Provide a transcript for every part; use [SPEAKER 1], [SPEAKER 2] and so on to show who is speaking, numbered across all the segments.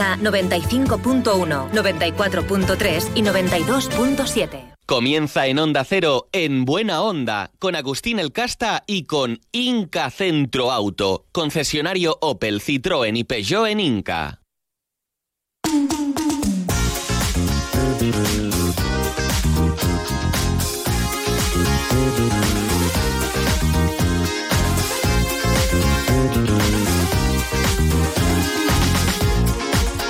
[SPEAKER 1] Onda 95.1, 94.3 y 92.7.
[SPEAKER 2] Comienza en Onda Cero, en Buena Onda, con Agustín El Casta y con Inca Centro Auto, concesionario Opel, Citroën y Peugeot en Inca.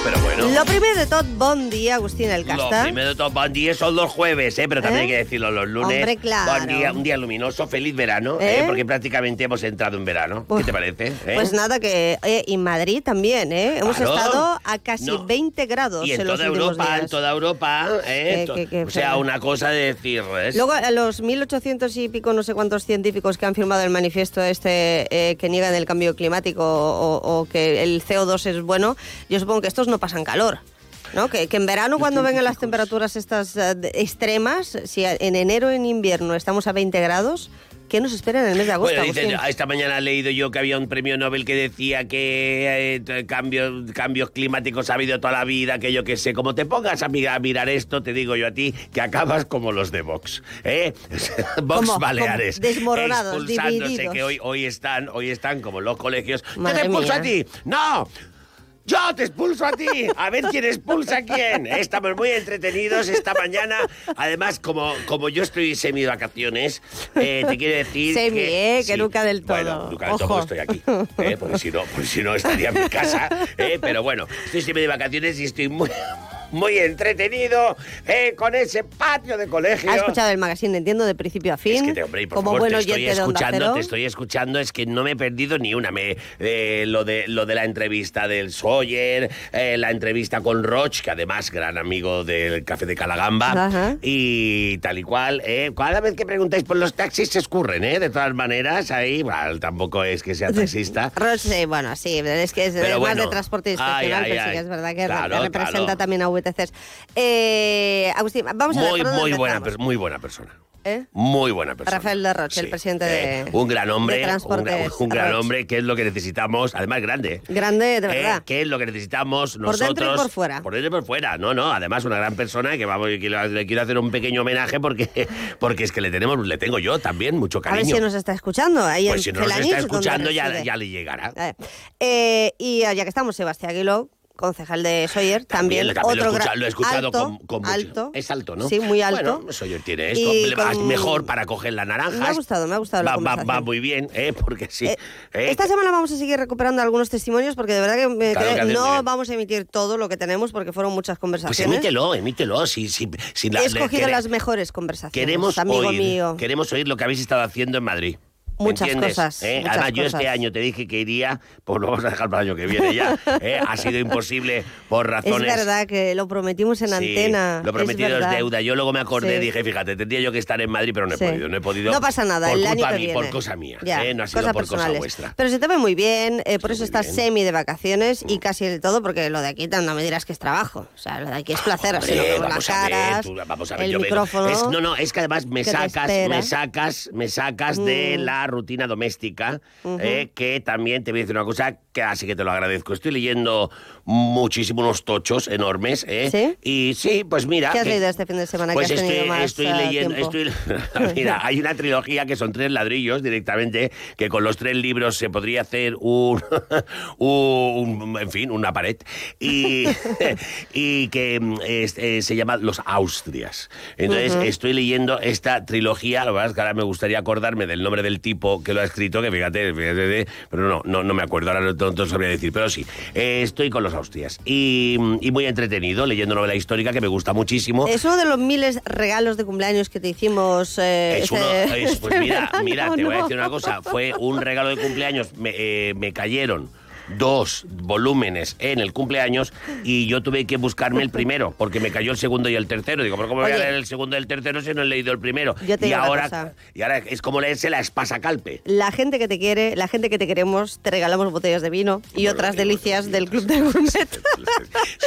[SPEAKER 3] Pero bueno.
[SPEAKER 4] Lo primero de todo, bon día, Agustín El
[SPEAKER 3] Lo
[SPEAKER 4] Casta.
[SPEAKER 3] primero de todo, buen día son los jueves, ¿eh? pero también
[SPEAKER 4] ¿Eh?
[SPEAKER 3] hay que decirlo los lunes.
[SPEAKER 4] Hombre, claro.
[SPEAKER 3] Buen día, un día luminoso, feliz verano, ¿eh?
[SPEAKER 4] ¿Eh?
[SPEAKER 3] porque prácticamente hemos entrado en verano. ¿Qué te parece? eh?
[SPEAKER 4] Pues nada, que. eh, y Madrid también, ¿eh? Hemos
[SPEAKER 3] Claro.
[SPEAKER 4] estado a casi
[SPEAKER 3] No.
[SPEAKER 4] 20 grados
[SPEAKER 3] Y en
[SPEAKER 4] en los
[SPEAKER 3] toda
[SPEAKER 4] últimos
[SPEAKER 3] Europa, en
[SPEAKER 4] días.
[SPEAKER 3] toda Europa, ¿eh?
[SPEAKER 4] Que-
[SPEAKER 3] To-
[SPEAKER 4] que- que-
[SPEAKER 3] o sea,
[SPEAKER 4] pero-
[SPEAKER 3] una cosa de decir, ¿eh?
[SPEAKER 4] Luego, a los 1800 y pico, no sé cuántos científicos que han firmado el manifiesto este eh, que niegan el cambio climático o, o que el CO2 es bueno, yo supongo que estos no pasan calor. ¿no? Que, que en verano, cuando vengan las temperaturas estas eh, de- extremas, si a- en enero, en invierno, estamos a 20 grados, ¿qué nos espera en el mes de agosto?
[SPEAKER 3] Bueno, dicen,
[SPEAKER 4] Agustín?
[SPEAKER 3] esta mañana he leído yo que había un premio Nobel que decía que eh, t- cambios, cambios climáticos ha habido toda la vida, que yo qué sé. Como te pongas amiga, a mirar esto, te digo yo a ti que acabas como los de Vox. ¿eh? Vox
[SPEAKER 4] Como-
[SPEAKER 3] Baleares.
[SPEAKER 4] como desmoronados,
[SPEAKER 3] expulsándose,
[SPEAKER 4] divididos.
[SPEAKER 3] que hoy, hoy, están, hoy están como los colegios. Yo
[SPEAKER 4] Madre
[SPEAKER 3] te expulso
[SPEAKER 4] mía.
[SPEAKER 3] a ti! ¡No! Yo te expulso a ti. A ver quién expulsa a quién. Estamos muy entretenidos esta mañana. Además, como, como yo estoy semi vacaciones, eh, te quiero decir
[SPEAKER 4] Semi,
[SPEAKER 3] que
[SPEAKER 4] ¿eh? Que nunca del todo.
[SPEAKER 3] Bueno, nunca del todo
[SPEAKER 4] Ojo.
[SPEAKER 3] porque estoy aquí. ¿eh? Porque si no, porque si no estaría en mi casa. ¿eh? Pero bueno, estoy semi de vacaciones y estoy muy muy entretenido ¿eh? con ese patio de colegio.
[SPEAKER 4] ¿Has escuchado el magazine, entiendo, de principio a fin?
[SPEAKER 3] Es que te, hombre, y por
[SPEAKER 4] como
[SPEAKER 3] favor,
[SPEAKER 4] buen
[SPEAKER 3] te estoy
[SPEAKER 4] oyente de Onda
[SPEAKER 3] escuchando,
[SPEAKER 4] Cero.
[SPEAKER 3] te estoy escuchando, es que no me he perdido ni una. Me, eh, lo, de, lo de la entrevista del Sawyer, eh, la entrevista con Roch, que además gran amigo del Café de Calagamba,
[SPEAKER 4] Ajá.
[SPEAKER 3] y tal y cual. eh, cada vez que preguntáis por los taxis se escurren, ¿eh? De todas maneras, ahí, bueno, tampoco es que sea taxista.
[SPEAKER 4] Rose, eh, bueno, sí, es que es
[SPEAKER 3] Pero
[SPEAKER 4] más
[SPEAKER 3] bueno.
[SPEAKER 4] de transporte institucional,
[SPEAKER 3] Ay, ay,
[SPEAKER 4] pero sí
[SPEAKER 3] ay.
[SPEAKER 4] que es verdad que
[SPEAKER 3] Claro,
[SPEAKER 4] re- representa
[SPEAKER 3] claro.
[SPEAKER 4] también a VTCs. Eh, Agustín, vamos a ver.
[SPEAKER 3] Muy,
[SPEAKER 4] ¿por dónde
[SPEAKER 3] muy buena,
[SPEAKER 4] empezamos?
[SPEAKER 3] per- muy buena persona.
[SPEAKER 4] ¿Eh?
[SPEAKER 3] Muy buena persona. eh,
[SPEAKER 4] Rafael de Roche, el presidente de-
[SPEAKER 3] Un gran
[SPEAKER 4] de
[SPEAKER 3] hombre, un,
[SPEAKER 4] Transportes
[SPEAKER 3] gran- un gran
[SPEAKER 4] Roche.
[SPEAKER 3] hombre, que es lo que necesitamos. Además, grande.
[SPEAKER 4] Grande, de
[SPEAKER 3] ¿eh?
[SPEAKER 4] verdad.
[SPEAKER 3] que es lo que necesitamos
[SPEAKER 4] Por
[SPEAKER 3] nosotros.
[SPEAKER 4] dentro y por fuera.
[SPEAKER 3] Por dentro y por fuera. No, no. Además, una gran persona que vamos, que le le quiero hacer un pequeño homenaje porque, porque es que le tenemos, le tengo yo también mucho
[SPEAKER 4] A ver
[SPEAKER 3] cariño.
[SPEAKER 4] si nos está escuchando. Ahí en
[SPEAKER 3] pues si no nos
[SPEAKER 4] Felanitz,
[SPEAKER 3] está
[SPEAKER 4] donde
[SPEAKER 3] escuchando, ya,
[SPEAKER 4] reside.
[SPEAKER 3] ya le llegará.
[SPEAKER 4] Eh, eh, y ya que estamos, Sebastián Aguiló, concejal de Sawyer, también,
[SPEAKER 3] también
[SPEAKER 4] otro
[SPEAKER 3] lo, he escucha-
[SPEAKER 4] gran-
[SPEAKER 3] lo he escuchado
[SPEAKER 4] alto,
[SPEAKER 3] con, con mucho-
[SPEAKER 4] alto.
[SPEAKER 3] Es alto, ¿no?
[SPEAKER 4] Sí, muy alto.
[SPEAKER 3] Bueno, Sawyer tiene
[SPEAKER 4] Y
[SPEAKER 3] esto. le va-
[SPEAKER 4] con-
[SPEAKER 3] Mejor para coger las naranjas.
[SPEAKER 4] Me ha gustado, me ha gustado la
[SPEAKER 3] Va, va, va
[SPEAKER 4] conversación.
[SPEAKER 3] muy bien, ¿eh? Porque sí.
[SPEAKER 4] Eh,
[SPEAKER 3] ¿eh?
[SPEAKER 4] Esta semana vamos a seguir recuperando algunos testimonios porque de verdad que,
[SPEAKER 3] Claro
[SPEAKER 4] me
[SPEAKER 3] que
[SPEAKER 4] creo-
[SPEAKER 3] haces muy
[SPEAKER 4] no
[SPEAKER 3] bien.
[SPEAKER 4] vamos a emitir todo lo que tenemos porque fueron muchas
[SPEAKER 3] Pues
[SPEAKER 4] conversaciones.
[SPEAKER 3] emítelo, emítelo. Si, si, si la-
[SPEAKER 4] He
[SPEAKER 3] le-
[SPEAKER 4] escogido
[SPEAKER 3] quere-
[SPEAKER 4] las mejores conversaciones,
[SPEAKER 3] Queremos
[SPEAKER 4] amigo
[SPEAKER 3] oír,
[SPEAKER 4] mío.
[SPEAKER 3] queremos oír lo que habéis estado haciendo en Madrid. ¿Me
[SPEAKER 4] Muchas
[SPEAKER 3] entiendes?
[SPEAKER 4] cosas,
[SPEAKER 3] ¿Eh?
[SPEAKER 4] muchas
[SPEAKER 3] Además, yo este
[SPEAKER 4] cosas.
[SPEAKER 3] año te dije que iría, pues lo vamos a dejar para el año que viene ya. ¿eh? Ha sido imposible por
[SPEAKER 4] Es
[SPEAKER 3] razones.
[SPEAKER 4] verdad que lo prometimos en
[SPEAKER 3] Sí,
[SPEAKER 4] antena.
[SPEAKER 3] Lo
[SPEAKER 4] es
[SPEAKER 3] prometido es,
[SPEAKER 4] verdad.
[SPEAKER 3] deuda. Yo luego me acordé
[SPEAKER 4] Sí.
[SPEAKER 3] dije, fíjate, tendría yo que estar en Madrid, pero no he
[SPEAKER 4] Sí.
[SPEAKER 3] podido. No he podido.
[SPEAKER 4] No pasa nada,
[SPEAKER 3] por
[SPEAKER 4] el
[SPEAKER 3] culpa
[SPEAKER 4] año que
[SPEAKER 3] mí-
[SPEAKER 4] viene.
[SPEAKER 3] Por cosa mía.
[SPEAKER 4] Ya,
[SPEAKER 3] ¿eh? No ha sido
[SPEAKER 4] cosas
[SPEAKER 3] por cosa
[SPEAKER 4] personales.
[SPEAKER 3] vuestra.
[SPEAKER 4] Pero se te ve muy bien, eh, por
[SPEAKER 3] Sí,
[SPEAKER 4] eso
[SPEAKER 3] muy
[SPEAKER 4] estás
[SPEAKER 3] bien. Mm.
[SPEAKER 4] semi de vacaciones y casi de todo, porque lo de aquí tan- no me dirás que es trabajo. O sea, lo de aquí es placer, así
[SPEAKER 3] Hombre,
[SPEAKER 4] nos vemos las
[SPEAKER 3] vamos a ver,
[SPEAKER 4] caras,
[SPEAKER 3] tú- vamos a ver,
[SPEAKER 4] el
[SPEAKER 3] yo veo-
[SPEAKER 4] micrófono.
[SPEAKER 3] es- no, no, es que además me
[SPEAKER 4] que te
[SPEAKER 3] sacas,
[SPEAKER 4] espera. Mm.
[SPEAKER 3] me sacas, me sacas de la rutina doméstica, eh, que también te voy a decir una cosa que así que te lo agradezco. Estoy leyendo muchísimo unos tochos enormes, eh,
[SPEAKER 4] ¿Sí?
[SPEAKER 3] Y sí, pues mira.
[SPEAKER 4] ¿Qué has
[SPEAKER 3] que-
[SPEAKER 4] leído este fin de semana
[SPEAKER 3] pues
[SPEAKER 4] que has
[SPEAKER 3] estoy,
[SPEAKER 4] tenido más
[SPEAKER 3] estoy
[SPEAKER 4] eh,
[SPEAKER 3] leyendo,
[SPEAKER 4] tiempo?
[SPEAKER 3] estoy- mira, hay una trilogía que son tres ladrillos directamente, que con los tres libros se podría hacer un, un- en fin, una pared. Y, y que mm, es- eh, se llama Los Austrias. Entonces, estoy leyendo esta trilogía, la verdad es que ahora me gustaría acordarme del nombre del tipo que lo ha escrito, que fíjate, fíjate, pero no, no, no me acuerdo, ahora no, no te lo sabría decir, pero sí, eh, estoy con Los Austrias. Y, mm, y muy entretenido, leyendo novela histórica que me gusta muchísimo.
[SPEAKER 4] Es uno de los miles regalos de cumpleaños que te hicimos. eh,
[SPEAKER 3] Es
[SPEAKER 4] este-
[SPEAKER 3] uno- es- pues
[SPEAKER 4] este
[SPEAKER 3] mira,
[SPEAKER 4] verano,
[SPEAKER 3] mira, te voy a
[SPEAKER 4] ¿no?
[SPEAKER 3] decir una cosa. Fue un regalo de cumpleaños. Me, eh, me cayeron dos volúmenes en el cumpleaños y yo tuve que buscarme el primero porque me cayó el segundo y el tercero. Digo, ¿pero cómo voy
[SPEAKER 4] Oye.
[SPEAKER 3] a leer el segundo y el tercero si no he leído el primero?
[SPEAKER 4] Yo te
[SPEAKER 3] y,
[SPEAKER 4] digo una
[SPEAKER 3] ahora,
[SPEAKER 4] cosa.
[SPEAKER 3] y ahora es como leerse la espasacalpe.
[SPEAKER 4] La gente que te quiere, la gente que te queremos, te regalamos botellas de vino y
[SPEAKER 3] Bueno,
[SPEAKER 4] otras
[SPEAKER 3] bueno,
[SPEAKER 4] delicias
[SPEAKER 3] bueno,
[SPEAKER 4] del Club de Gourmet.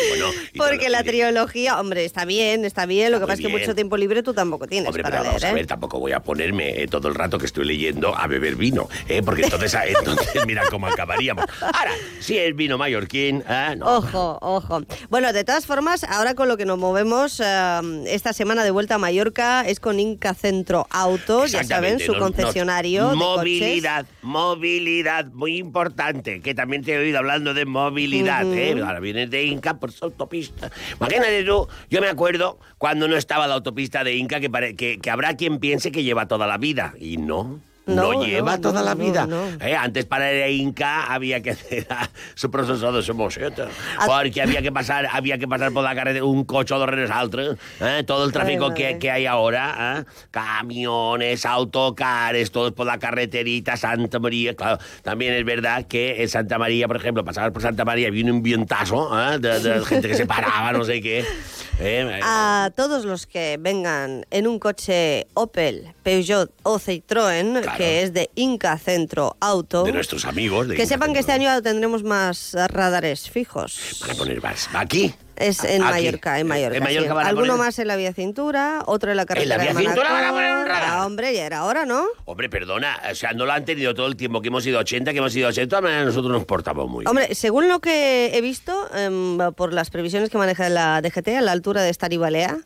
[SPEAKER 3] Bueno, y
[SPEAKER 4] Porque la
[SPEAKER 3] y-
[SPEAKER 4] trilogía, hombre, está bien, está bien. Lo
[SPEAKER 3] Está
[SPEAKER 4] que pasa
[SPEAKER 3] muy
[SPEAKER 4] es que
[SPEAKER 3] bien.
[SPEAKER 4] mucho tiempo libre tú tampoco tienes
[SPEAKER 3] Hombre, pero
[SPEAKER 4] para
[SPEAKER 3] vamos
[SPEAKER 4] leer.
[SPEAKER 3] a
[SPEAKER 4] ¿eh?
[SPEAKER 3] ver, tampoco voy a ponerme eh, todo el rato que estoy leyendo a beber vino, ¿eh? porque entonces, ah, entonces mira cómo acabaríamos. Ahora, si es vino mallorquín, ah, no.
[SPEAKER 4] Ojo, ojo. Bueno, de todas formas, ahora con lo que nos movemos eh, esta semana de vuelta a Mallorca es con Inca Centro Autos, ya saben,
[SPEAKER 3] Exactamente,
[SPEAKER 4] su
[SPEAKER 3] nos- nos-
[SPEAKER 4] concesionario de coches.
[SPEAKER 3] movilidad, movilidad, muy importante, que también te he oído hablando de movilidad, ¿eh? Ahora vienes de Inca por su autopista. Imagínate tú, yo me acuerdo cuando no estaba la autopista de Inca, que, pare- que, que habrá quien piense que lleva toda la vida, y no. No,
[SPEAKER 4] No, no,
[SPEAKER 3] lleva
[SPEAKER 4] no,
[SPEAKER 3] toda la
[SPEAKER 4] no,
[SPEAKER 3] vida.
[SPEAKER 4] no.
[SPEAKER 3] ¿eh? Antes para ir a Inca había que hacer su proceso de su moseta,
[SPEAKER 4] A-
[SPEAKER 3] porque había que pasar, había que pasar por la carretera un coche dos renes al otro, ¿eh? todo el tráfico
[SPEAKER 4] Ay,
[SPEAKER 3] que,
[SPEAKER 4] madre.
[SPEAKER 3] que hay ahora, ¿eh? camiones, autocares, todos por la carreterita, Santa María. Claro, también es verdad que en Santa María, por ejemplo, pasabas por Santa María, vino un vientazo ¿eh? de, de gente que se paraba, no sé qué. ¿eh?
[SPEAKER 4] A todos los que vengan en un coche Opel, Peugeot o Citroën,
[SPEAKER 3] Claro.
[SPEAKER 4] que es de Inca Centro Auto,
[SPEAKER 3] de nuestros amigos. de
[SPEAKER 4] que sepan que este
[SPEAKER 3] Inglaterra.
[SPEAKER 4] año tendremos más eh, radares fijos.
[SPEAKER 3] Van a poner más. ¿Aquí?
[SPEAKER 4] Es en
[SPEAKER 3] Aquí.
[SPEAKER 4] Mallorca, en Mallorca.
[SPEAKER 3] En Mallorca
[SPEAKER 4] sí.
[SPEAKER 3] van a
[SPEAKER 4] Alguno
[SPEAKER 3] poner-
[SPEAKER 4] más en la vía cintura, otro en la carretera
[SPEAKER 3] vía
[SPEAKER 4] de
[SPEAKER 3] cintura van a
[SPEAKER 4] Manacor.
[SPEAKER 3] poner un radar?
[SPEAKER 4] Ah, hombre, ya era hora, ¿no?
[SPEAKER 3] Hombre, perdona, o sea, no lo han tenido todo el tiempo que hemos ido 80, que hemos ido 80, de todas maneras nosotros nos portamos muy bien.
[SPEAKER 4] Hombre, según lo que he visto em, por las previsiones que maneja la DGT a la altura de Estaribalea,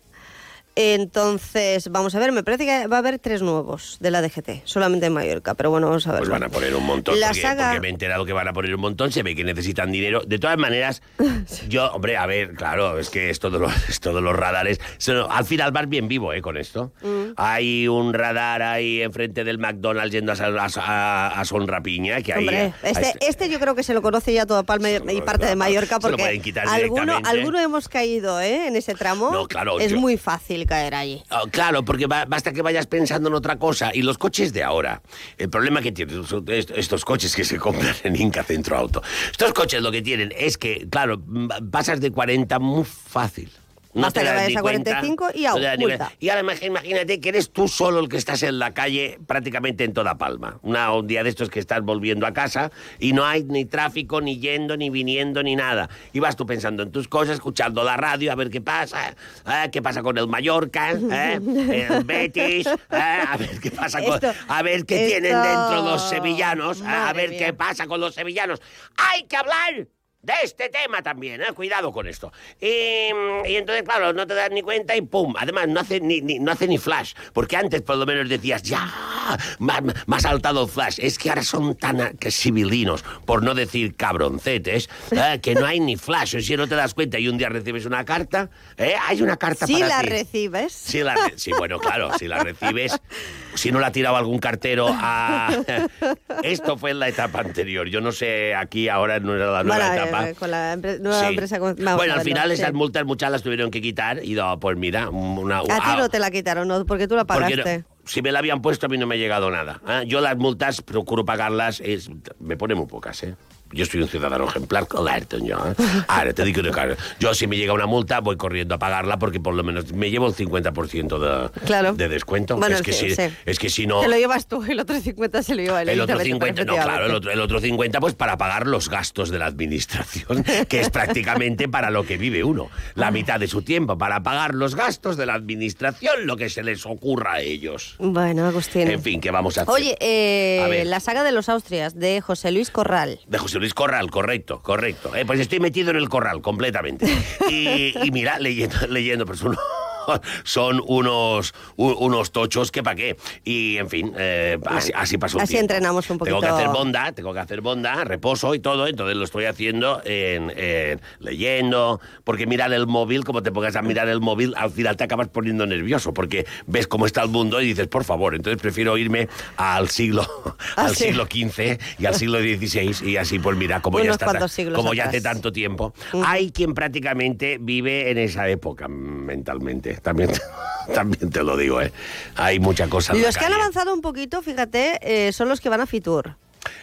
[SPEAKER 4] entonces, vamos a ver, me parece que va a haber tres nuevos de la DGT, solamente en Mallorca, pero bueno, vamos a ver.
[SPEAKER 3] Pues van a poner un montón.
[SPEAKER 4] La
[SPEAKER 3] porque,
[SPEAKER 4] saga-
[SPEAKER 3] porque me he enterado que van a poner un montón. Se ve que necesitan dinero. De todas maneras, yo, hombre, a ver, claro, es que es todos los, es todos los radares. se lo- al final vas bien vivo, ¿eh? Con esto.
[SPEAKER 4] Mm.
[SPEAKER 3] Hay un radar ahí enfrente del McDonald's yendo a, San- a, a- a Son Rapiña. Que ahí-
[SPEAKER 4] Hombre,
[SPEAKER 3] ahí
[SPEAKER 4] este,
[SPEAKER 3] está-
[SPEAKER 4] este yo creo que se lo conoce ya toda Palma y-
[SPEAKER 3] Se lo
[SPEAKER 4] y
[SPEAKER 3] conoce
[SPEAKER 4] parte
[SPEAKER 3] toda
[SPEAKER 4] de
[SPEAKER 3] Palma.
[SPEAKER 4] Mallorca
[SPEAKER 3] Se lo
[SPEAKER 4] porque
[SPEAKER 3] pueden quitar
[SPEAKER 4] alguno,
[SPEAKER 3] directamente.
[SPEAKER 4] alguno hemos caído ¿eh? en ese tramo.
[SPEAKER 3] No, claro,
[SPEAKER 4] es
[SPEAKER 3] yo-
[SPEAKER 4] muy fácil caer allí.
[SPEAKER 3] Ah, Claro, porque ba- basta que vayas pensando en otra cosa. Y los coches de ahora, el problema que tienen son est- estos coches que se compran en Inca Centro Auto, estos coches lo que tienen es que, claro, m- pasas de 40 muy fácil.
[SPEAKER 4] Hasta que vayas
[SPEAKER 3] ni
[SPEAKER 4] a 45 y au,
[SPEAKER 3] te das ni cuenta.
[SPEAKER 4] multa.
[SPEAKER 3] Y ahora imag- imagínate que eres tú solo el que estás en la calle prácticamente en toda Palma. Una, un día de estos que estás volviendo a casa y no hay ni tráfico, ni yendo, ni viniendo, ni nada. Y vas tú pensando en tus cosas, escuchando la radio, a ver qué pasa, ah, qué pasa con el Mallorca, ¿eh? el Betis, ah, a ver qué pasa con...
[SPEAKER 4] Esto-
[SPEAKER 3] a ver qué tienen
[SPEAKER 4] esto-
[SPEAKER 3] dentro los sevillanos, ah, a
[SPEAKER 4] Madre
[SPEAKER 3] ver
[SPEAKER 4] mía.
[SPEAKER 3] qué pasa con los sevillanos. Hay que hablar de este tema también, ¿eh? cuidado con esto. Y, mm, y entonces, claro, no te das ni cuenta y ¡pum! Además, no hace ni, ni- no hace ni flash, porque antes por lo menos decías, ya, me ha, me ha saltado el flash. Es que ahora son tan ah, que civilinos, por no decir cabroncetes, ¿eh? que no hay ni flash. O si no te das cuenta y un día recibes una carta, ¿eh? hay una carta
[SPEAKER 4] Si
[SPEAKER 3] para
[SPEAKER 4] la
[SPEAKER 3] ti.
[SPEAKER 4] recibes.
[SPEAKER 3] Sí, la re- sí, bueno, claro, si la recibes, si no la ha tirado algún cartero a... Esto fue en la etapa anterior. Yo no sé, aquí ahora no era la nueva
[SPEAKER 4] Bueno,
[SPEAKER 3] etapa.
[SPEAKER 4] eh, con la empre- nueva
[SPEAKER 3] Sí.
[SPEAKER 4] empresa con- vamos
[SPEAKER 3] Bueno,
[SPEAKER 4] a
[SPEAKER 3] al
[SPEAKER 4] verlo,
[SPEAKER 3] final
[SPEAKER 4] sí.
[SPEAKER 3] esas multas muchas las tuvieron que quitar y no, pues mira, una...
[SPEAKER 4] A ti
[SPEAKER 3] ah,
[SPEAKER 4] no te la quitaron, ¿no? Porque tú la
[SPEAKER 3] porque
[SPEAKER 4] pagaste.
[SPEAKER 3] no- si me la habían puesto a mí no me ha llegado nada. ¿eh? Yo las multas procuro pagarlas, es- me pone muy pocas, ¿eh? Yo soy un ciudadano ejemplar, claro, yo. ¿eh? Ahora te digo, una cosa, yo si me llega una multa voy corriendo a pagarla porque por lo menos me llevo el 50% de,
[SPEAKER 4] Claro.
[SPEAKER 3] de descuento.
[SPEAKER 4] Bueno,
[SPEAKER 3] es, que
[SPEAKER 4] sí,
[SPEAKER 3] si,
[SPEAKER 4] sí.
[SPEAKER 3] es que si no...
[SPEAKER 4] Te lo llevas tú y el otro 50 se lo lleva él.
[SPEAKER 3] El otro
[SPEAKER 4] evidentemente,
[SPEAKER 3] 50, no,
[SPEAKER 4] pero
[SPEAKER 3] claro, el
[SPEAKER 4] efectivamente.
[SPEAKER 3] otro, el otro 50 pues para pagar los gastos de la administración, que es prácticamente para lo que vive uno. La mitad de su tiempo para pagar los gastos de la administración, lo que se les ocurra a ellos.
[SPEAKER 4] Bueno, Agustín.
[SPEAKER 3] En fin, ¿qué vamos a hacer?
[SPEAKER 4] Oye,
[SPEAKER 3] A
[SPEAKER 4] eh,
[SPEAKER 3] ver.
[SPEAKER 4] la saga de los Austrias de José Luis Corral.
[SPEAKER 3] De José Luis Corral, correcto, correcto. Eh, pues estoy metido en el corral completamente. Y, y mira, leyendo, leyendo, pero son, son unos, u- unos tochos que pa' qué. Y en fin, eh, así, así pasó. el
[SPEAKER 4] Así
[SPEAKER 3] tiempo.
[SPEAKER 4] entrenamos un
[SPEAKER 3] Tengo
[SPEAKER 4] poquito.
[SPEAKER 3] que hacer bonda, tengo que hacer bonda, reposo y todo, entonces lo estoy haciendo en, en leyendo, porque mirar el móvil, como te pongas a mirar el móvil, al final te acabas poniendo nervioso, porque ves cómo está el mundo y dices, por favor, entonces prefiero irme al siglo,
[SPEAKER 4] Ah,
[SPEAKER 3] al
[SPEAKER 4] sí.
[SPEAKER 3] siglo XV y al siglo XVI y así pues mira, como ya
[SPEAKER 4] Unos
[SPEAKER 3] está,
[SPEAKER 4] cuantos
[SPEAKER 3] tan-
[SPEAKER 4] siglos
[SPEAKER 3] como ya
[SPEAKER 4] atrás.
[SPEAKER 3] hace tanto tiempo, hay quien prácticamente vive en esa época mm, mentalmente, también, también te lo digo, ¿eh? hay mucha cosa. en la
[SPEAKER 4] Los que han
[SPEAKER 3] calle.
[SPEAKER 4] avanzado un poquito, fíjate, eh, son los que van a Fitur.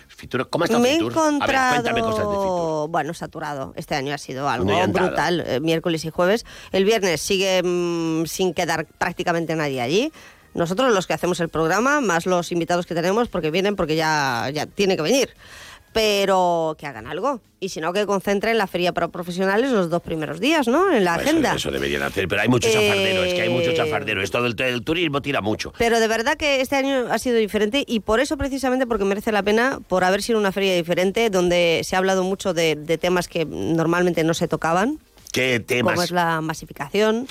[SPEAKER 3] Fitur, ¿Cómo está
[SPEAKER 4] Me he
[SPEAKER 3] Pues Fitur? A ver, cuéntame cosas de Fitur.
[SPEAKER 4] encontrado, bueno, saturado. Este año ha sido algo
[SPEAKER 3] Llantada.
[SPEAKER 4] brutal, eh, miércoles y jueves. El viernes sigue mm, sin quedar prácticamente nadie allí. Nosotros los que hacemos el programa, más los invitados que tenemos, porque vienen, porque ya, ya tiene que venir. pero que hagan algo. Y si no, que concentren la feria para profesionales los dos primeros días, ¿no? En la
[SPEAKER 3] Pues eso-
[SPEAKER 4] agenda.
[SPEAKER 3] Eso, deberían hacer, pero hay mucho chafardero, es que hay mucho
[SPEAKER 4] Eh,
[SPEAKER 3] chafardero. Esto del el turismo tira mucho.
[SPEAKER 4] Pero de verdad que este año ha sido diferente y por eso precisamente porque merece la pena por haber sido una feria diferente donde se ha hablado mucho de, de temas que normalmente no se tocaban,
[SPEAKER 3] ¿Qué
[SPEAKER 4] como
[SPEAKER 3] temas?
[SPEAKER 4] es la masificación,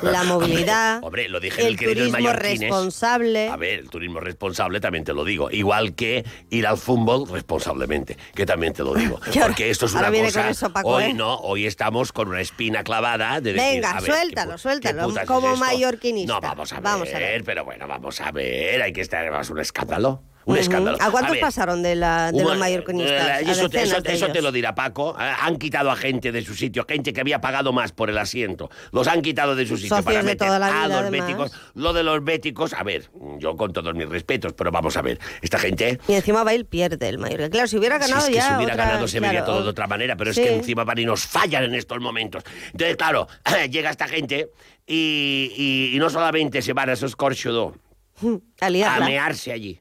[SPEAKER 4] la movilidad,
[SPEAKER 3] Hombre, lo dije en el
[SPEAKER 4] el
[SPEAKER 3] querido
[SPEAKER 4] turismo
[SPEAKER 3] Mallorquines.
[SPEAKER 4] responsable.
[SPEAKER 3] A ver, el turismo responsable también te lo digo. Igual que ir al fútbol responsablemente, que también te lo digo.
[SPEAKER 4] Y ahora-
[SPEAKER 3] Porque esto es
[SPEAKER 4] ahora
[SPEAKER 3] una
[SPEAKER 4] viene
[SPEAKER 3] cosa.
[SPEAKER 4] con eso, Paco,
[SPEAKER 3] hoy
[SPEAKER 4] ¿eh?
[SPEAKER 3] no, hoy estamos con una espina clavada de decir,
[SPEAKER 4] Venga,
[SPEAKER 3] a ver,
[SPEAKER 4] suéltalo,
[SPEAKER 3] ¿qué pu-
[SPEAKER 4] suéltalo,
[SPEAKER 3] qué putas es
[SPEAKER 4] como
[SPEAKER 3] esto?
[SPEAKER 4] mallorquinista.
[SPEAKER 3] No, vamos a,
[SPEAKER 4] Vamos a
[SPEAKER 3] ver,
[SPEAKER 4] ver.
[SPEAKER 3] pero bueno, vamos a ver. Hay que estar. Es un escándalo. Un
[SPEAKER 4] Ujú.
[SPEAKER 3] escándalo.
[SPEAKER 4] ¿A cuántos
[SPEAKER 3] ver,
[SPEAKER 4] pasaron de, la, de los
[SPEAKER 3] Hubo-
[SPEAKER 4] mallorquinistas?
[SPEAKER 3] eh,
[SPEAKER 4] A
[SPEAKER 3] Eso, te- eso-
[SPEAKER 4] decenas de
[SPEAKER 3] eso te
[SPEAKER 4] ellos.
[SPEAKER 3] lo dirá Paco. Ah, Han quitado a gente de su sitio, gente que había pagado más por el asiento. Los han quitado de su sitio
[SPEAKER 4] Socios
[SPEAKER 3] para
[SPEAKER 4] de
[SPEAKER 3] meter
[SPEAKER 4] toda la vida,
[SPEAKER 3] a los
[SPEAKER 4] además.
[SPEAKER 3] béticos. Lo de los béticos, a ver, yo con todos mis respetos, pero vamos a ver, esta gente.
[SPEAKER 4] Y encima va y pierde el Mallorca. Claro, si hubiera ganado
[SPEAKER 3] si es que
[SPEAKER 4] ya.
[SPEAKER 3] si hubiera
[SPEAKER 4] otra-
[SPEAKER 3] ganado se vería
[SPEAKER 4] claro, oh,
[SPEAKER 3] todo de otra manera, pero
[SPEAKER 4] sí.
[SPEAKER 3] es que encima van y nos fallan en estos momentos. Entonces, claro, llega esta gente y, y- y no solamente se van a esos corchudó,
[SPEAKER 4] A liarla.
[SPEAKER 3] a mearse allí.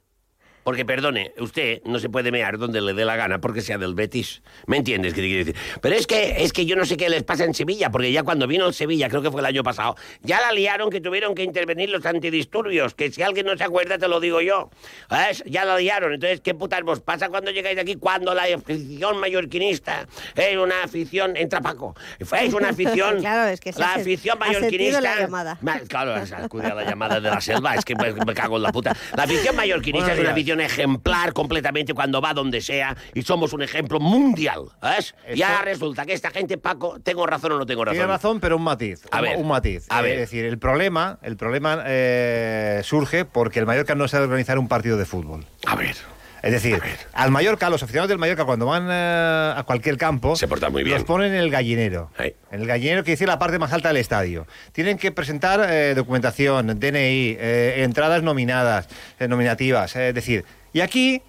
[SPEAKER 3] Porque, perdone, usted no se puede mear donde le dé la gana porque sea del Betis. ¿Me entiendes qué te quiero decir? Pero es que, es que yo no sé qué les pasa en Sevilla, porque ya cuando vino el Sevilla, creo que fue el año pasado, ya la liaron que tuvieron que intervenir los antidisturbios, que si alguien no se acuerda te lo digo yo. ¿Ves? Ya la liaron. Entonces, ¿qué putas vos pasa cuando llegáis aquí? Cuando la afición mallorquinista es una afición... Entra Paco. Es una afición...
[SPEAKER 4] Claro, es que se
[SPEAKER 3] La
[SPEAKER 4] ha sen-
[SPEAKER 3] afición
[SPEAKER 4] ha sentido
[SPEAKER 3] mallorquinista...
[SPEAKER 4] la llamada.
[SPEAKER 3] Ma- Claro, se acude a la llamada de la selva, es que me, me cago en la puta. La afición mallorquinista
[SPEAKER 5] Buenos
[SPEAKER 3] es una
[SPEAKER 5] días.
[SPEAKER 3] afición ejemplar completamente cuando va donde sea y somos un ejemplo mundial. ¿ves? Y ahora resulta que esta gente, Paco, tengo razón o no tengo razón.
[SPEAKER 5] Tiene razón, pero un matiz.
[SPEAKER 3] A
[SPEAKER 5] un,
[SPEAKER 3] ver,
[SPEAKER 5] un matiz.
[SPEAKER 3] a
[SPEAKER 5] Eh,
[SPEAKER 3] ver.
[SPEAKER 5] Es decir, el problema, el problema eh, surge porque el Mallorca no sabe organizar un partido de fútbol.
[SPEAKER 3] A ver.
[SPEAKER 5] Es decir, al Mallorca, los aficionados del Mallorca, cuando van eh, a cualquier campo,
[SPEAKER 3] Se portan muy bien.
[SPEAKER 5] los ponen en el gallinero.
[SPEAKER 3] Ahí.
[SPEAKER 5] En el gallinero, que dice la parte más alta del estadio. Tienen que presentar eh, documentación, DNI, eh, entradas nominadas, eh, nominativas. eh, es decir, y aquí,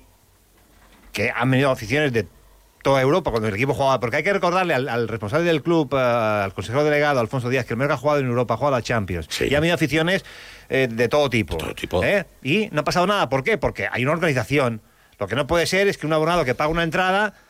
[SPEAKER 5] que han venido aficiones de toda Europa cuando el equipo jugaba, porque hay que recordarle al, al responsable del club, eh, al consejero delegado, Alfonso Díaz, que el Mallorca ha jugado en Europa, ha jugado a la Champions.
[SPEAKER 3] Sí.
[SPEAKER 5] Y ha venido aficiones eh, de todo tipo.
[SPEAKER 3] De todo tipo.
[SPEAKER 5] ¿eh? Y no ha pasado nada. ¿Por qué? Porque hay una organización. Lo que no puede ser es que un abonado que paga una entrada.
[SPEAKER 3] Ah.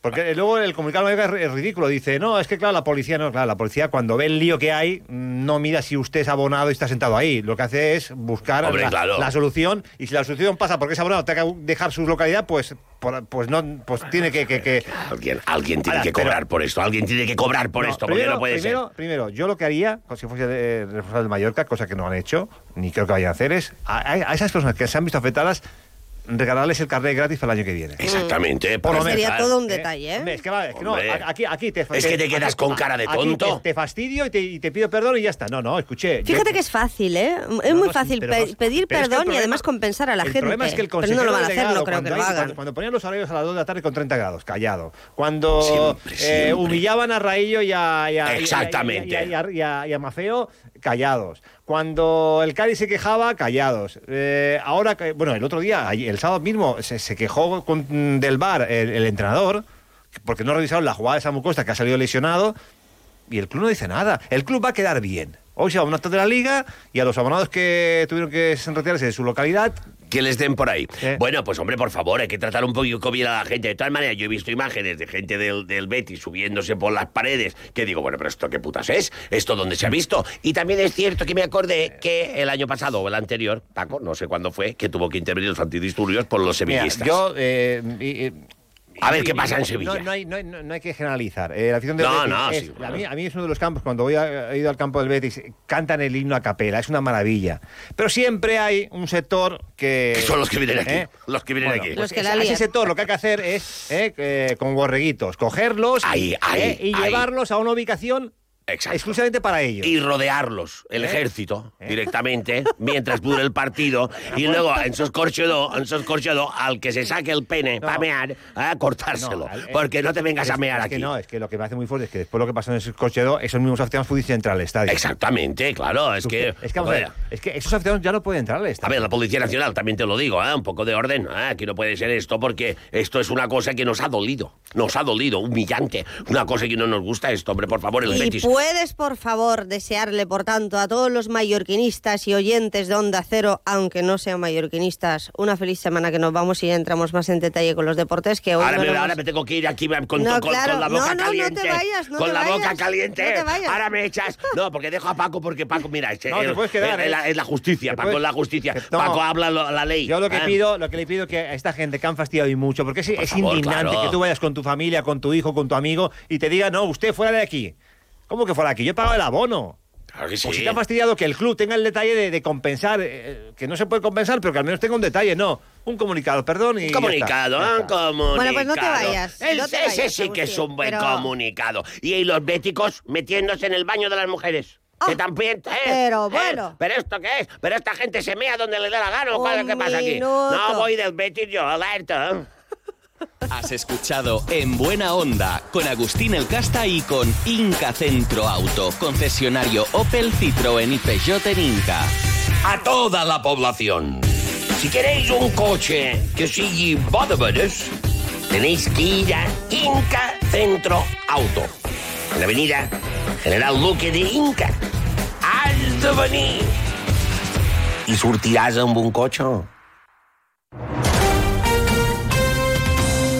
[SPEAKER 5] Porque luego el comunicado de Mallorca es ridículo. Dice, no, es que claro, la policía no. Claro, la policía cuando ve el lío que hay, no mira si usted es abonado y está sentado ahí. Lo que hace es buscar
[SPEAKER 3] Hombre,
[SPEAKER 5] la,
[SPEAKER 3] claro.
[SPEAKER 5] la solución. Y si la solución pasa porque es abonado, tenga que dejar su localidad, pues, por- pues, no, pues tiene que- que- que,
[SPEAKER 3] Alguien, alguien tiene
[SPEAKER 5] Ahora,
[SPEAKER 3] que
[SPEAKER 5] pero-
[SPEAKER 3] cobrar por esto, alguien tiene que cobrar por
[SPEAKER 5] No,
[SPEAKER 3] esto,
[SPEAKER 5] primero,
[SPEAKER 3] porque no puede
[SPEAKER 5] primero, primero, yo lo que haría, pues, si fuese eh, responsable de Mallorca, cosa que no han hecho, ni creo que vayan a hacer, es a, a- a esas personas que se han visto afectadas, regalarles el carnet gratis para el año que viene.
[SPEAKER 3] ser. Exactamente,
[SPEAKER 5] Por lo
[SPEAKER 3] para
[SPEAKER 5] menos.
[SPEAKER 4] Sería
[SPEAKER 3] empezar.
[SPEAKER 4] todo un detalle, ¿eh?
[SPEAKER 5] Hombre, Es que, va, es que no,
[SPEAKER 3] Hombre.
[SPEAKER 5] a- aquí, aquí te
[SPEAKER 3] Es que te quedas con cara de
[SPEAKER 5] aquí
[SPEAKER 3] tonto.
[SPEAKER 5] te, te fastidio y te, y te pido perdón y ya está. No, no, escuché. yo-
[SPEAKER 4] Fíjate que es fácil, ¿eh? Es
[SPEAKER 5] No,
[SPEAKER 4] muy
[SPEAKER 5] no,
[SPEAKER 4] fácil
[SPEAKER 5] pero
[SPEAKER 4] pe-
[SPEAKER 5] vamos,
[SPEAKER 4] pedir
[SPEAKER 5] pero
[SPEAKER 4] perdón
[SPEAKER 5] es que el
[SPEAKER 4] y
[SPEAKER 5] problema-
[SPEAKER 4] además compensar a la
[SPEAKER 5] el
[SPEAKER 4] gente.
[SPEAKER 5] problema es que el
[SPEAKER 4] pero no
[SPEAKER 5] consejero
[SPEAKER 4] lo van a hacer,
[SPEAKER 5] delegado,
[SPEAKER 4] no creo que
[SPEAKER 5] cuando
[SPEAKER 4] lo
[SPEAKER 5] hay-
[SPEAKER 4] hagan.
[SPEAKER 5] Cuando, cuando ponían los horarios a las 2 de la tarde con 30 grados, callado. Cuando
[SPEAKER 3] Siempre,
[SPEAKER 5] eh,
[SPEAKER 3] siempre.
[SPEAKER 5] humillaban a Raillo y a, y a- y a-
[SPEAKER 3] Exactamente.
[SPEAKER 5] y a, y a- y a- y a Mafeo, callados. Cuando el Cádiz se quejaba, callados. Eh, ahora, que- bueno, el otro día, ayer- el sábado mismo, se, se quejó con- del bar el, el entrenador porque no revisaron la jugada de Samu Costa, que ha salido lesionado y el club no dice nada. El club va a quedar bien. Hoy se va a un acto de la liga y a los abonados que tuvieron que retirarse de su localidad.
[SPEAKER 3] que les den por ahí.
[SPEAKER 5] Eh.
[SPEAKER 3] Bueno, pues hombre, por favor, hay que tratar un poquito bien a la gente. De todas maneras, yo he visto imágenes de gente del, del Betis subiéndose por las paredes, que digo, bueno, pero esto qué putas es, esto dónde se ha visto. Y también es cierto que me acordé que el año pasado o el anterior, Paco, no sé cuándo fue, que tuvo que intervenir los antidisturbios por los
[SPEAKER 5] Mira,
[SPEAKER 3] sevillistas.
[SPEAKER 5] yo. eh, y- y-
[SPEAKER 3] A ver
[SPEAKER 5] y-
[SPEAKER 3] qué pasa en
[SPEAKER 5] no-
[SPEAKER 3] Sevilla.
[SPEAKER 5] No, hay, no hay- no- no hay que generalizar. Eh, la afición del
[SPEAKER 3] No,
[SPEAKER 5] Betis
[SPEAKER 3] no,
[SPEAKER 5] es-
[SPEAKER 3] sí,
[SPEAKER 5] a,
[SPEAKER 3] bueno.
[SPEAKER 5] mí, a mí es uno de los campos, cuando voy a- he ido al campo del Betis, cantan el himno a capela, es una maravilla. Pero siempre hay un sector que... ¿Eh?
[SPEAKER 3] Que son los que vienen aquí, los que vienen aquí.
[SPEAKER 4] Los que
[SPEAKER 5] pues
[SPEAKER 4] la
[SPEAKER 5] a ese
[SPEAKER 4] lían.
[SPEAKER 5] sector lo que hay que hacer es, eh, eh, con borreguitos, cogerlos
[SPEAKER 3] Ahí, ahí,
[SPEAKER 5] eh, y
[SPEAKER 3] ahí.
[SPEAKER 5] llevarlos a una ubicación
[SPEAKER 3] Exacto.
[SPEAKER 5] exclusivamente ¿Eh? para ellos.
[SPEAKER 3] Y rodearlos, el ejército, directamente, mientras dure el partido. Y luego, en Soscorchedó, en Soscorchedó, al que se saque el pene
[SPEAKER 5] No.
[SPEAKER 3] para mear, a cortárselo.
[SPEAKER 5] No, al- eh,
[SPEAKER 3] porque no te vengas
[SPEAKER 5] Es-
[SPEAKER 3] a mear
[SPEAKER 5] es
[SPEAKER 3] aquí.
[SPEAKER 5] Que no, es que lo que me hace muy fuerte es que después lo que pasó en ese cochero, esos mismos aficionados pudiste entrar al estadio.
[SPEAKER 3] Exactamente, claro, es
[SPEAKER 5] Tú-
[SPEAKER 3] que...
[SPEAKER 5] es que, vamos a ver,
[SPEAKER 3] Joder.
[SPEAKER 5] es que esos aficionados ya no pueden entrar al
[SPEAKER 3] A
[SPEAKER 5] estadio.
[SPEAKER 3] ver, la Policía Nacional, también te lo digo, ¿eh? un poco de orden. ¿eh? Aquí no puede ser esto porque esto es una cosa que nos ha dolido. Nos ha dolido, humillante. Una cosa que no nos gusta esto, hombre, por favor, el
[SPEAKER 4] Y
[SPEAKER 3] Betis.
[SPEAKER 4] ¿Puedes, por favor, desearle, por tanto, a todos los mallorquinistas y oyentes de Onda Cero, aunque no sean mallorquinistas, una feliz semana que nos vamos y ya entramos más en detalle con los deportes que hoy
[SPEAKER 3] Ahora
[SPEAKER 4] no
[SPEAKER 3] me,
[SPEAKER 4] lo
[SPEAKER 3] ahora
[SPEAKER 4] hemos-
[SPEAKER 3] me tengo que ir aquí con, con-
[SPEAKER 4] No,
[SPEAKER 3] con-
[SPEAKER 4] claro.
[SPEAKER 3] con la boca
[SPEAKER 4] No, no, no te
[SPEAKER 3] caliente.
[SPEAKER 4] vayas, no
[SPEAKER 3] con
[SPEAKER 4] te
[SPEAKER 3] la boca
[SPEAKER 4] vayas.
[SPEAKER 3] caliente.
[SPEAKER 4] No te vayas.
[SPEAKER 3] Ahora me echas. No, porque dejo a Paco porque Paco, mira, es,
[SPEAKER 5] No, te
[SPEAKER 3] es-
[SPEAKER 5] puedes quedar,
[SPEAKER 3] es- es
[SPEAKER 5] ¿eh?
[SPEAKER 3] la, es la justicia.
[SPEAKER 5] Te
[SPEAKER 3] Paco
[SPEAKER 5] puedes-
[SPEAKER 3] es la justicia.
[SPEAKER 5] que- no.
[SPEAKER 3] Paco habla lo- la ley.
[SPEAKER 5] Yo lo que
[SPEAKER 3] ¿eh?
[SPEAKER 5] pido, lo que le pido que a esta gente que han fastidiado y mucho, porque es,
[SPEAKER 3] Por
[SPEAKER 5] es
[SPEAKER 3] favor,
[SPEAKER 5] indignante
[SPEAKER 3] claro.
[SPEAKER 5] que tú vayas con tu familia, con tu hijo, con tu amigo y te diga, no, usted fuera de aquí. ¿Cómo que fuera de aquí? Yo he pagado el abono.
[SPEAKER 3] Claro que sí.
[SPEAKER 5] Pues si te ha fastidiado que el club tenga el detalle de, de compensar, eh, que no se puede compensar, pero que al menos tenga un detalle, no. Un comunicado, perdón. Y
[SPEAKER 3] Un
[SPEAKER 5] ya
[SPEAKER 3] comunicado,
[SPEAKER 5] está, ya
[SPEAKER 3] ¿eh? un
[SPEAKER 5] está.
[SPEAKER 3] comunicado.
[SPEAKER 4] Bueno, pues no te vayas,
[SPEAKER 3] El-
[SPEAKER 4] no te
[SPEAKER 3] ese
[SPEAKER 4] vayas,
[SPEAKER 3] sí que es un buen
[SPEAKER 4] Agustín, pero-
[SPEAKER 3] comunicado. Y, y los béticos metiéndose en el baño de las mujeres. que
[SPEAKER 4] Ah,
[SPEAKER 3] también, ¿eh?
[SPEAKER 4] pero
[SPEAKER 3] ¿Eh?
[SPEAKER 4] bueno.
[SPEAKER 3] ¿Pero esto qué es? ¿Pero esta gente se mea donde le da la gana? ¿o
[SPEAKER 4] Un
[SPEAKER 3] cuál es lo que pasa aquí? No
[SPEAKER 4] minuto.
[SPEAKER 3] voy del Betis yo, alerta. ¿eh?
[SPEAKER 2] Has escuchado En Buena Onda con Agustín El Casta y con Inca Centro Auto, concesionario Opel, Citroën y Peugeot en Inca.
[SPEAKER 3] a toda la población. Si queréis un coche que sigue Bodeberes, tenéis que ir a Inca Centro Auto, en la avenida General Luque de Inca. Has de venir. I sortiràs amb un cotxe.